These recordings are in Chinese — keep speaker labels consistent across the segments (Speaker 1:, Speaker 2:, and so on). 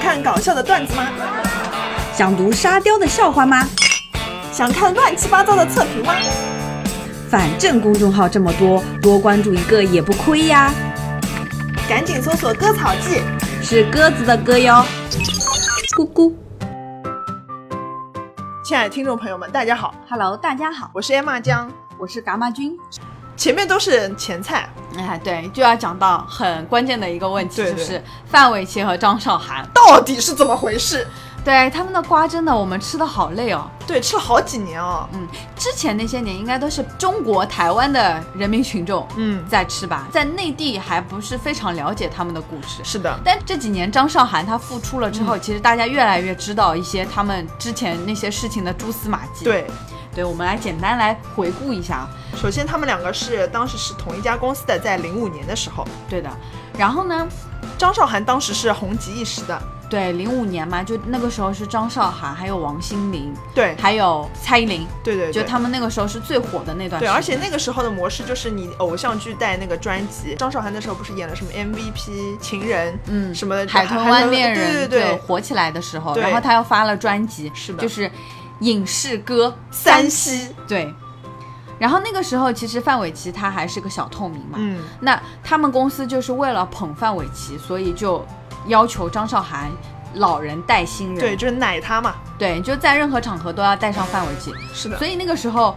Speaker 1: 看搞笑的段子吗？
Speaker 2: 想读沙雕的笑话吗？
Speaker 1: 想看乱七八糟的测评吗？
Speaker 2: 反正公众号这么多，多关注一个也不亏呀。
Speaker 1: 赶紧搜索“割草记
Speaker 2: 是鸽子的歌哟，咕咕。”。
Speaker 1: 亲爱的听众朋友们，大家好，
Speaker 2: Hello，大家好，
Speaker 1: 我是 Emma 江。
Speaker 2: 我是蛤蟆君。
Speaker 1: 前面都是前菜，
Speaker 3: 哎，对，就要讲到很关键的一个问题，
Speaker 1: 对对
Speaker 3: 就是范玮琪和张韶涵，
Speaker 1: 到底是怎么回事？
Speaker 3: 对他们的瓜真的我们吃的好累哦。
Speaker 1: 对，吃了好几年哦。
Speaker 3: 嗯，之前那些年应该都是中国台湾的人民群众
Speaker 1: 嗯，
Speaker 3: 在吃吧，在内地还不是非常了解他们的故事。
Speaker 1: 是的，
Speaker 3: 但这几年张韶涵她复出了之后，
Speaker 1: 嗯
Speaker 3: 其实大家越来越知道一些他们之前那些事情的蛛丝马迹。，
Speaker 1: 对。
Speaker 3: 对，我们来简单来回顾一下啊。
Speaker 1: 首先，他们两个是当时是同一家公司的，在零五年的时候，
Speaker 3: 对的，然后呢，
Speaker 1: 张韶涵当时是红极一时的。
Speaker 3: 对，零五年嘛，就那个时候是张韶涵，还有王心凌，
Speaker 1: 对，
Speaker 3: 还有蔡依林，
Speaker 1: 对对对，
Speaker 3: 就他们那个时候是最火的那段时
Speaker 1: 对，
Speaker 3: 间。
Speaker 1: 而且那个时候的模式就是你偶像剧带那个专辑，张韶涵那时候不是演了什么 MVP 情人，
Speaker 3: 嗯
Speaker 1: 什么的，
Speaker 3: 海豚湾恋
Speaker 1: 对
Speaker 3: 人
Speaker 1: 对
Speaker 3: 就
Speaker 1: 对，
Speaker 3: 火起来的时候，
Speaker 1: 对
Speaker 3: 然后他又发了专辑，
Speaker 1: 是的
Speaker 3: 就是影视歌
Speaker 1: 三栖，
Speaker 3: 对。然后那个时候，其实范玮琪她还是个小透明嘛，
Speaker 1: 嗯，
Speaker 3: 那他们公司就是为了捧范玮琪，所以就要求张韶涵老人带新人，
Speaker 1: 对，就是奶他嘛，
Speaker 3: 对，就在任何场合都要带上范玮琪。
Speaker 1: 是的
Speaker 3: 所，以那个时候，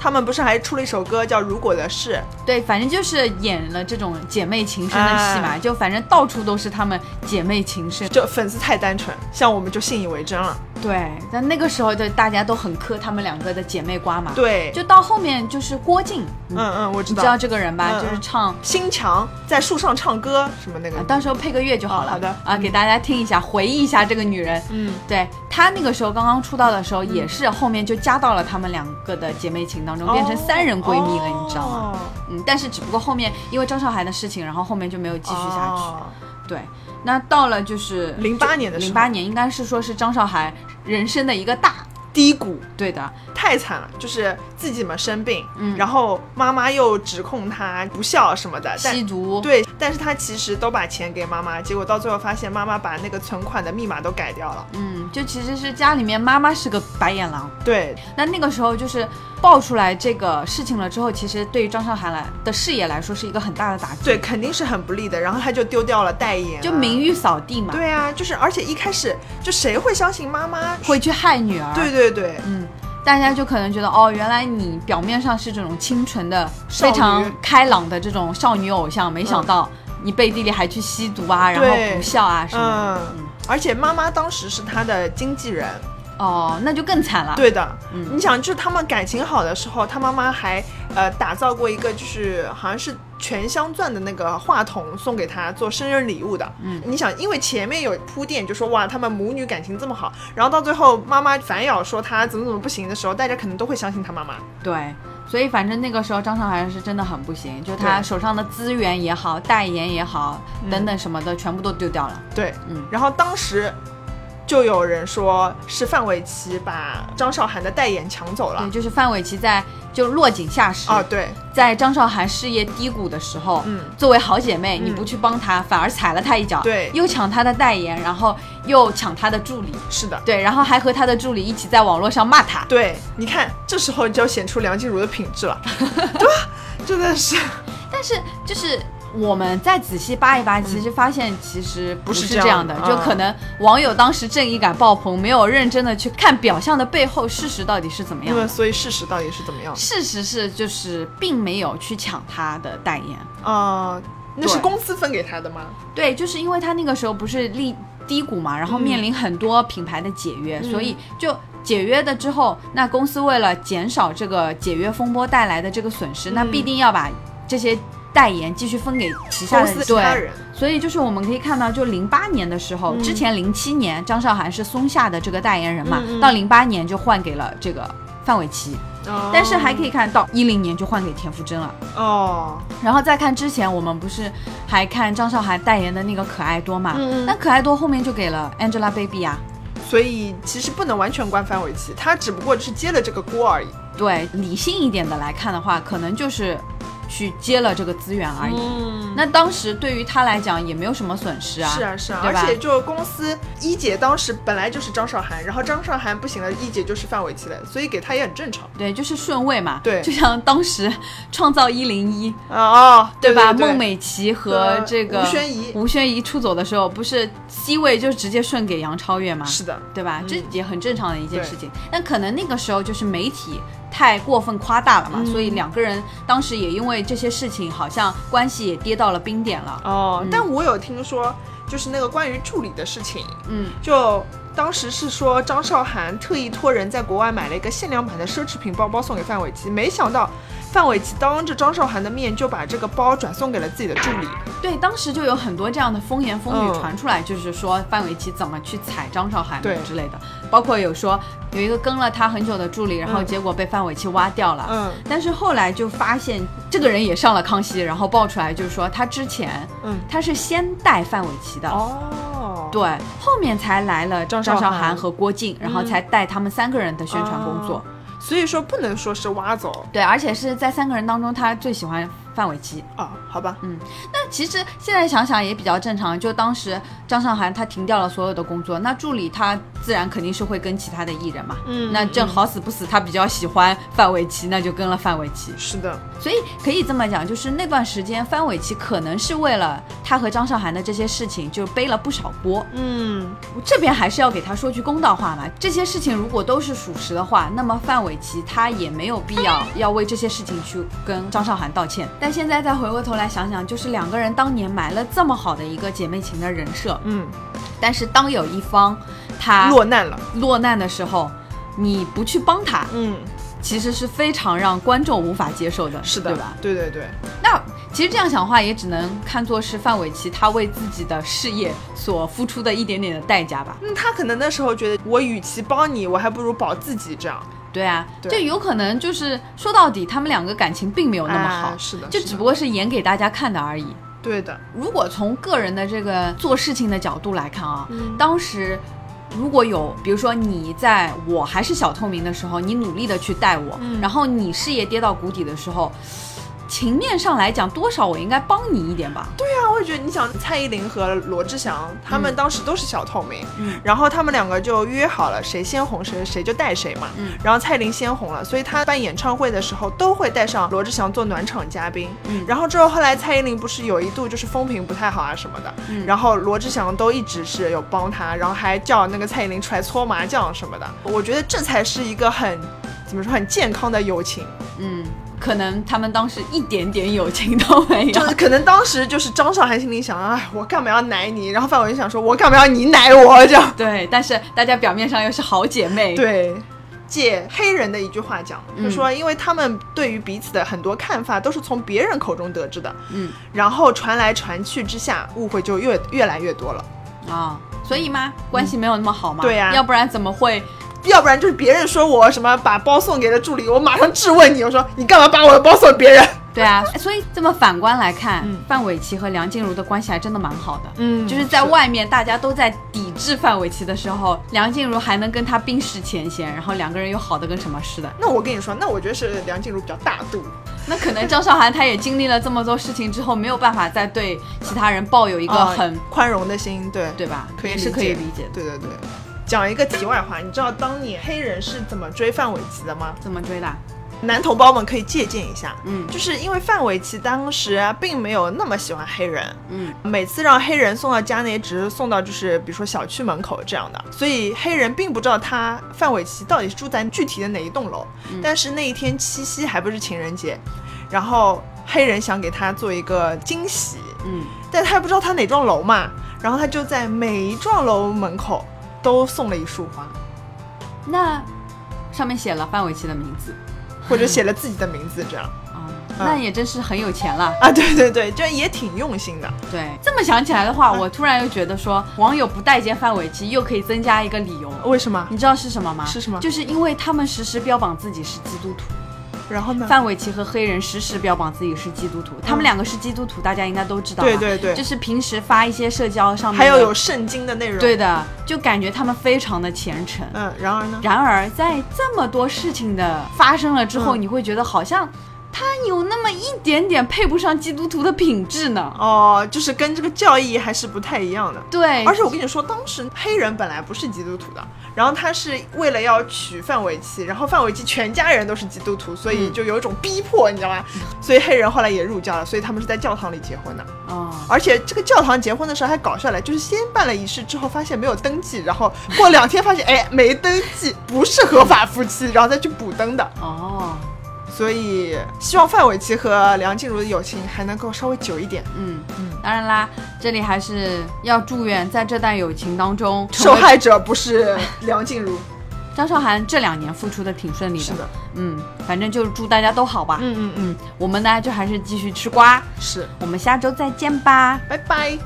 Speaker 1: 他们不是还出了一首歌叫《如果的事
Speaker 3: 对，反正就是演了这种姐妹情深的戏嘛，
Speaker 1: 哎
Speaker 3: 就反正到处都是她们姐妹情深》，。
Speaker 1: 就粉丝太单纯，像我们就信以为真了，
Speaker 3: 对，但那个时候就大家都很磕她们两个的姐妹瓜嘛。，
Speaker 1: 对，
Speaker 3: 就到后面就是郭靖，
Speaker 1: 嗯嗯，我知
Speaker 3: 你知
Speaker 1: 道
Speaker 3: 道，这个人吧？
Speaker 1: 嗯
Speaker 3: 就是
Speaker 1: 嗯
Speaker 3: 唱。
Speaker 1: 心墙在树上唱歌什么那个
Speaker 3: 啊，，到时候配个乐就好
Speaker 1: 哦
Speaker 3: 了。
Speaker 1: 好的
Speaker 3: 啊，给大家听一下，回忆一下这个女人。
Speaker 1: 嗯，
Speaker 3: 对她那个时候刚刚出道的时候，也是后面就加到了她们两个的姐妹情当
Speaker 1: 哦
Speaker 3: 中，变成三人闺蜜了，你知道吗？
Speaker 1: 吗？
Speaker 3: 嗯，但是只不过后面因为张韶涵的事情，然后后面就没有继续下去。
Speaker 1: 哦
Speaker 3: 对，那到了就是
Speaker 1: 08年的时候
Speaker 3: 零八年应该是说是张韶涵人生的一个大，
Speaker 1: 低谷，
Speaker 3: 对的，
Speaker 1: 太惨了，就是自己嘛生病，
Speaker 3: 嗯
Speaker 1: 然后妈妈又指控他不孝什么的，
Speaker 3: 吸
Speaker 1: 但
Speaker 3: 毒，
Speaker 1: 对，但是他其实都把钱给妈妈，结果到最后发现妈妈把那个存款的密码都改掉了。
Speaker 3: 嗯，就其实是家里面妈妈是个白眼狼。
Speaker 1: 对，
Speaker 3: 那那个时候就是爆出来这个事情了之后，其实对于张韶涵来的事业来说是一个很大的打击，
Speaker 1: 对，，肯定是很不利的。然后他就丢掉了代言、啊
Speaker 3: 就名。誉扫地嘛，，
Speaker 1: 对啊，就是而且一开始就谁会相信妈妈
Speaker 3: 会？去害女儿，
Speaker 1: 对，对对，
Speaker 3: 嗯。大家就可能觉得哦，原来你表面上是这种清纯的、
Speaker 1: 少
Speaker 3: 非
Speaker 1: 女
Speaker 3: 常开朗的这种少女偶像，没想
Speaker 1: 嗯
Speaker 3: 到你背地里还去吸毒啊，然
Speaker 1: 对
Speaker 3: 后不孝啊什么的。
Speaker 1: 嗯，而且妈妈当时是他的经纪人。
Speaker 3: 哦，那就更惨了。，
Speaker 1: 嗯对的，
Speaker 3: 嗯
Speaker 1: 你想，就是他们感情好的时候，他妈妈还呃打造过一个，就是好像是全镶钻的那个话筒送给他做生日礼物的。
Speaker 3: 嗯，
Speaker 1: 你想，因为前面有铺垫，就说哇，他们母女感情这么好，然后到最后妈妈反咬说他怎么怎么不行的时候，大家可能都会相信他妈妈。
Speaker 3: 对，所以反正那个时候张韶涵是真的很不行，就她
Speaker 1: 对
Speaker 3: 手上的资源也好，代言也好，
Speaker 1: 嗯
Speaker 3: 等等什么的，全部都丢掉了。
Speaker 1: 对，
Speaker 3: 嗯
Speaker 1: 然后当时。就有人说是范玮琪把张韶涵的代言抢走了
Speaker 3: 对，就是范玮琪在就落井下石，
Speaker 1: 啊，对，
Speaker 3: 在张韶涵事业低谷的时候，
Speaker 1: 嗯
Speaker 3: 作为好姐妹，
Speaker 1: 嗯
Speaker 3: 你不去帮她，反而踩了她一脚，
Speaker 1: 对
Speaker 3: 又抢她的代言，然后又抢她的助理，
Speaker 1: 是的，
Speaker 3: 对，然后还和她的助理一起在网络上骂她。
Speaker 1: 对，你看这时候就要显出梁静茹的品 质了，对吧？真的
Speaker 3: 哎
Speaker 1: 是，
Speaker 3: 但是就是我们再仔细扒一扒，其实发现其实不
Speaker 1: 嗯不
Speaker 3: 是
Speaker 1: 是这
Speaker 3: 这
Speaker 1: 样
Speaker 3: 样
Speaker 1: 的
Speaker 3: 的，
Speaker 1: 嗯
Speaker 3: 就可能网友当时正义感爆棚，没有认真的去看表象的背后事实到底是怎么
Speaker 1: 那
Speaker 3: 样
Speaker 1: 么
Speaker 3: 的。
Speaker 1: 所以事实到底是怎么样？
Speaker 3: 事实是，就是并没有去抢他的代言，
Speaker 1: 啊、那是
Speaker 3: 对
Speaker 1: 公司分给他的吗？
Speaker 3: 对，就是因为他那个时候不是力低谷嘛，然后
Speaker 1: 嗯
Speaker 3: 面临很多品牌的解约，
Speaker 1: 嗯
Speaker 3: 所以就解约的之后，那公司为了减少这个解约风波带来的这个损失，那
Speaker 1: 嗯
Speaker 3: 必定要把这些代言继续分给旗下
Speaker 1: 公
Speaker 3: 的
Speaker 1: 司其
Speaker 3: 对
Speaker 1: 他人，
Speaker 3: 所以就是我们可以看到，就零八年的时候，
Speaker 1: 嗯
Speaker 3: 之前零七年张韶涵是松下的这个代言人嘛，
Speaker 1: 嗯嗯
Speaker 3: 到零八年就换给了这个范玮琪，
Speaker 1: 哦
Speaker 3: 但是还可以看到一零年就换给田馥甄了。
Speaker 1: 哦，
Speaker 3: 然后再看之前我们不是还看张韶涵代言的那个可爱多嘛，
Speaker 1: 嗯嗯
Speaker 3: 那可爱多后面就给了 Angelababy 啊。
Speaker 1: 所以其实不能完全关范玮琪，他只不过就是接了这个锅而已。
Speaker 3: 对，理性一点的来看的话，可能就是去接了这个资源而已。
Speaker 1: 嗯，
Speaker 3: 那当时对于他来讲也没有什么损失啊，
Speaker 1: 是啊是啊，
Speaker 3: 对
Speaker 1: 而
Speaker 3: 吧
Speaker 1: 且就公司一姐当时本来就是张韶涵，然后张韶涵不行了，一姐就是范玮琪了，所以给她也很正常
Speaker 3: 对，就是顺位嘛，
Speaker 1: 对
Speaker 3: 就像当时创造一零一，
Speaker 1: 啊哦，
Speaker 3: 对吧？
Speaker 1: 对
Speaker 3: 孟美岐和
Speaker 1: 和
Speaker 3: 这个
Speaker 1: 吴宣仪
Speaker 3: 吴宣仪出走的时候，不是 C 位就直接顺给杨超越吗？
Speaker 1: 是的，
Speaker 3: 对吧？这也很正常的一件
Speaker 1: 嗯对
Speaker 3: 事情。但可能那个时候就是媒体太过分夸大了嘛，
Speaker 1: 嗯
Speaker 3: 所以两个人当时也因为这些事情，好像关系也跌到了冰点了。
Speaker 1: 哦，但我有听说，就是那个关于助理的事情，
Speaker 3: 嗯，
Speaker 1: 就当时是说张韶涵特意托人在国外买了一个限量版的奢侈品包包送给范玮琪，没想到范玮琪当着张韶涵的面就把这个包转送给了自己的助理。
Speaker 3: 对，当时就有很多这样的风言风语
Speaker 1: 嗯
Speaker 3: 传出来，就是说范玮琪怎么去踩张韶涵啊
Speaker 1: 对
Speaker 3: 之类的，包括有说有一个跟了他很久的助理，然后
Speaker 1: 嗯
Speaker 3: 结果被范玮琪挖掉了。
Speaker 1: 嗯
Speaker 3: 但是后来就发现这个人也上了康熙，然后爆出来就是说他之前
Speaker 1: 嗯，
Speaker 3: 他是先带范玮琪的，
Speaker 1: 哦，
Speaker 3: 对，后面才来了张
Speaker 1: 张
Speaker 3: 韶
Speaker 1: 韶
Speaker 3: 涵
Speaker 1: 涵嗯
Speaker 3: 和郭靖，然后才带他们三个人的宣传工作。
Speaker 1: 所以说不能说是挖走
Speaker 3: 对，而且是在三个人当中，他最喜欢范玮琪。
Speaker 1: 啊，好吧，
Speaker 3: 那其实现在想想也比较正常，就当时张韶涵她停掉了所有的工作，那助理她自然肯定是会跟其他的艺人嘛。
Speaker 1: 嗯
Speaker 3: 那正好死不死，她比较喜欢范玮琪，那就跟了范玮琪。
Speaker 1: 是的，
Speaker 3: 所以可以这么讲，就是那段时间范玮琪可能是为了她和张韶涵的这些事情，就背了不少锅。
Speaker 1: 嗯，
Speaker 3: 这边还是要给他说句公道话嘛，这些事情如果都是属实的话，那么范玮琪他也没有必要要为这些事情去跟张韶涵道歉。但现在再回过头来想想，就是两个人当年埋了这么好的一个姐妹情的人设，
Speaker 1: 嗯，
Speaker 3: 但是当有一方他
Speaker 1: 落难了，
Speaker 3: 落难的时候，你不去帮他，
Speaker 1: 嗯，
Speaker 3: 其实是非常让观众无法接受的，
Speaker 1: 是的，
Speaker 3: 对吧？？
Speaker 1: 对对对，
Speaker 3: 那其实这样想的话，也只能看作是范玮琪她为自己的事业所付出的一点点的代价吧。
Speaker 1: 嗯，他可能那时候觉得我与其帮你，我还不如保自己这样，
Speaker 3: 对啊，
Speaker 1: 对
Speaker 3: 就有可能就是说到底，他们两个感情并没有那么好，
Speaker 1: 啊是的
Speaker 3: 就是
Speaker 1: 的
Speaker 3: 只不过是演给大家看的而已。
Speaker 1: 对的，
Speaker 3: 如果从个人的这个做事情的角度来看啊，
Speaker 1: 嗯
Speaker 3: 当时如果有，比如说你在我还是小透明的时候，你努力的去带我，
Speaker 1: 嗯
Speaker 3: 然后你事业跌到谷底的时候，情面上来讲，多少我应该帮你一点吧。
Speaker 1: 那啊我也觉得，你想蔡依林和罗志祥，他们当时都是小透明，
Speaker 3: 嗯
Speaker 1: 然后他们两个就约好了，谁先红谁谁就带谁嘛。
Speaker 3: 嗯
Speaker 1: 然后蔡依林先红了，所以她办演唱会的时候都会带上罗志祥做暖场嘉宾。
Speaker 3: 嗯
Speaker 1: 然后之后后来蔡依林不是有一度就是风评不太好啊什么的，
Speaker 3: 嗯
Speaker 1: 然后罗志祥都一直是有帮她，然后还叫那个蔡依林出来搓麻将什么的。我觉得这才是一个很怎么说很健康的友情，
Speaker 3: 嗯，可能他们当时一点点友情都没 有
Speaker 1: 就。是可能当时就是张韶涵心里想，哎，我干嘛要奶你？然后范玮琪想说，我干嘛要你奶我？这样
Speaker 3: 对，但是大家表面上又是好姐妹，
Speaker 1: 对。借黑人的一句话讲，
Speaker 3: 嗯
Speaker 1: 就说因为他们对于彼此的很多看法都是从别人口中得知的，
Speaker 3: 嗯，
Speaker 1: 然后传来传去之下，误会就越越来越多了。
Speaker 3: 啊、所以嘛，关系没有那么好嘛。
Speaker 1: 嗯对啊呀
Speaker 3: 要不然怎么会？
Speaker 1: 要不然就是别人说我什么把包送给了助理，我马上质问你，我说你干嘛把我的包送给别 人？
Speaker 3: 对啊，所以这么反观来看，
Speaker 1: 嗯
Speaker 3: 范玮琪和梁静茹的关系还真的蛮好的。
Speaker 1: 嗯
Speaker 3: 就是在外面大家都在抵制范玮琪的时候，梁静茹还能跟她冰释前嫌，然后两个人又好的跟什么似的。
Speaker 1: 那我跟你说，那我觉得是梁静茹比较大度，
Speaker 3: 那可能张韶涵她也经历了这么多事情之后，没有办法再对其他人抱有一
Speaker 1: 一
Speaker 3: 个很、
Speaker 1: 呃宽容的心，对
Speaker 3: 对
Speaker 1: 啊
Speaker 3: 吧？
Speaker 1: 可以
Speaker 3: 也是可以理解的。
Speaker 1: 对对对，讲一个题外话，你知道当年黑人是怎么追范玮琪的吗？
Speaker 3: 怎么追的？
Speaker 1: 男同胞们可以借鉴一下，
Speaker 3: 嗯
Speaker 1: 就是因为范玮琪当时啊并没有那么喜欢黑人，
Speaker 3: 嗯，
Speaker 1: 每次让黑人送到家内，只是送到就是比如说小区门口这样的，所以黑人并不知道他范玮琪到底是住在具体的哪一栋楼。
Speaker 3: 嗯
Speaker 1: 但是那一天七夕还不是情人节，然后黑人想给他做一个惊喜，
Speaker 3: 嗯，
Speaker 1: 但他也不知道他哪幢楼嘛，然后他就在每一幢楼门口都送了一束花，
Speaker 3: 那上面写了范玮琪的名字
Speaker 1: 或者写了自己的名字这样
Speaker 3: 啊、
Speaker 1: 嗯
Speaker 3: 那也真是很有钱了。
Speaker 1: 啊，对对对，这也挺用心的。
Speaker 3: 对，这么想起来的
Speaker 1: 嗯
Speaker 3: 话，我突然又觉得说，网友不待见范玮琪，又可以增加一个理由。
Speaker 1: 为什么？
Speaker 3: 你知道是什么吗？
Speaker 1: 是什么
Speaker 3: 就是因为他们时时标榜自己是基督徒，
Speaker 1: 然后呢？
Speaker 3: 范玮琪和黑人时时标榜自己是基督徒，他们两个是基督徒，大家应该都知道吧。
Speaker 1: 嗯对对对
Speaker 3: 就是平时发一些社交上面的，
Speaker 1: 还要有圣经的内容。
Speaker 3: 对，的，就感觉他们非常的虔诚。
Speaker 1: 嗯，然而呢？
Speaker 3: 然而，在这么多事情的发生了之后，
Speaker 1: 嗯
Speaker 3: 你会觉得好像他有那么一点点配不上基督徒的品质呢。
Speaker 1: 哦，就是跟这个教义还是不太一样的。
Speaker 3: 对，
Speaker 1: 而且我跟你说，当时黑人本来不是基督徒的，然后他是为了要娶范玮琪，然后范玮琪全家人都是基督徒，所以就有一种逼迫，你知道吗？所以黑人后来也入教了，所以他们是在教堂里结婚的。
Speaker 3: 啊、
Speaker 1: 而且这个教堂结婚的时候还搞笑来，就是先办了仪式，之后发现没有登记，然后过两天发现哎没登记，不是合法夫妻，然后再去补登的。
Speaker 3: 哦，
Speaker 1: 所以希望范玮琪和梁静茹的友情还能够稍微久一点。
Speaker 3: 嗯
Speaker 1: 嗯
Speaker 3: 当然啦，这里还是要祝愿在这段友情当中，
Speaker 1: 受害者不是梁静茹，
Speaker 3: 张韶涵这两年付出的挺顺利的。
Speaker 1: 是的，
Speaker 3: 嗯，反正就是祝大家都好吧。
Speaker 1: 嗯嗯嗯，嗯
Speaker 3: 我们呢就还是继续吃瓜，
Speaker 1: 是，
Speaker 3: 我们下周再见吧。
Speaker 1: 拜拜。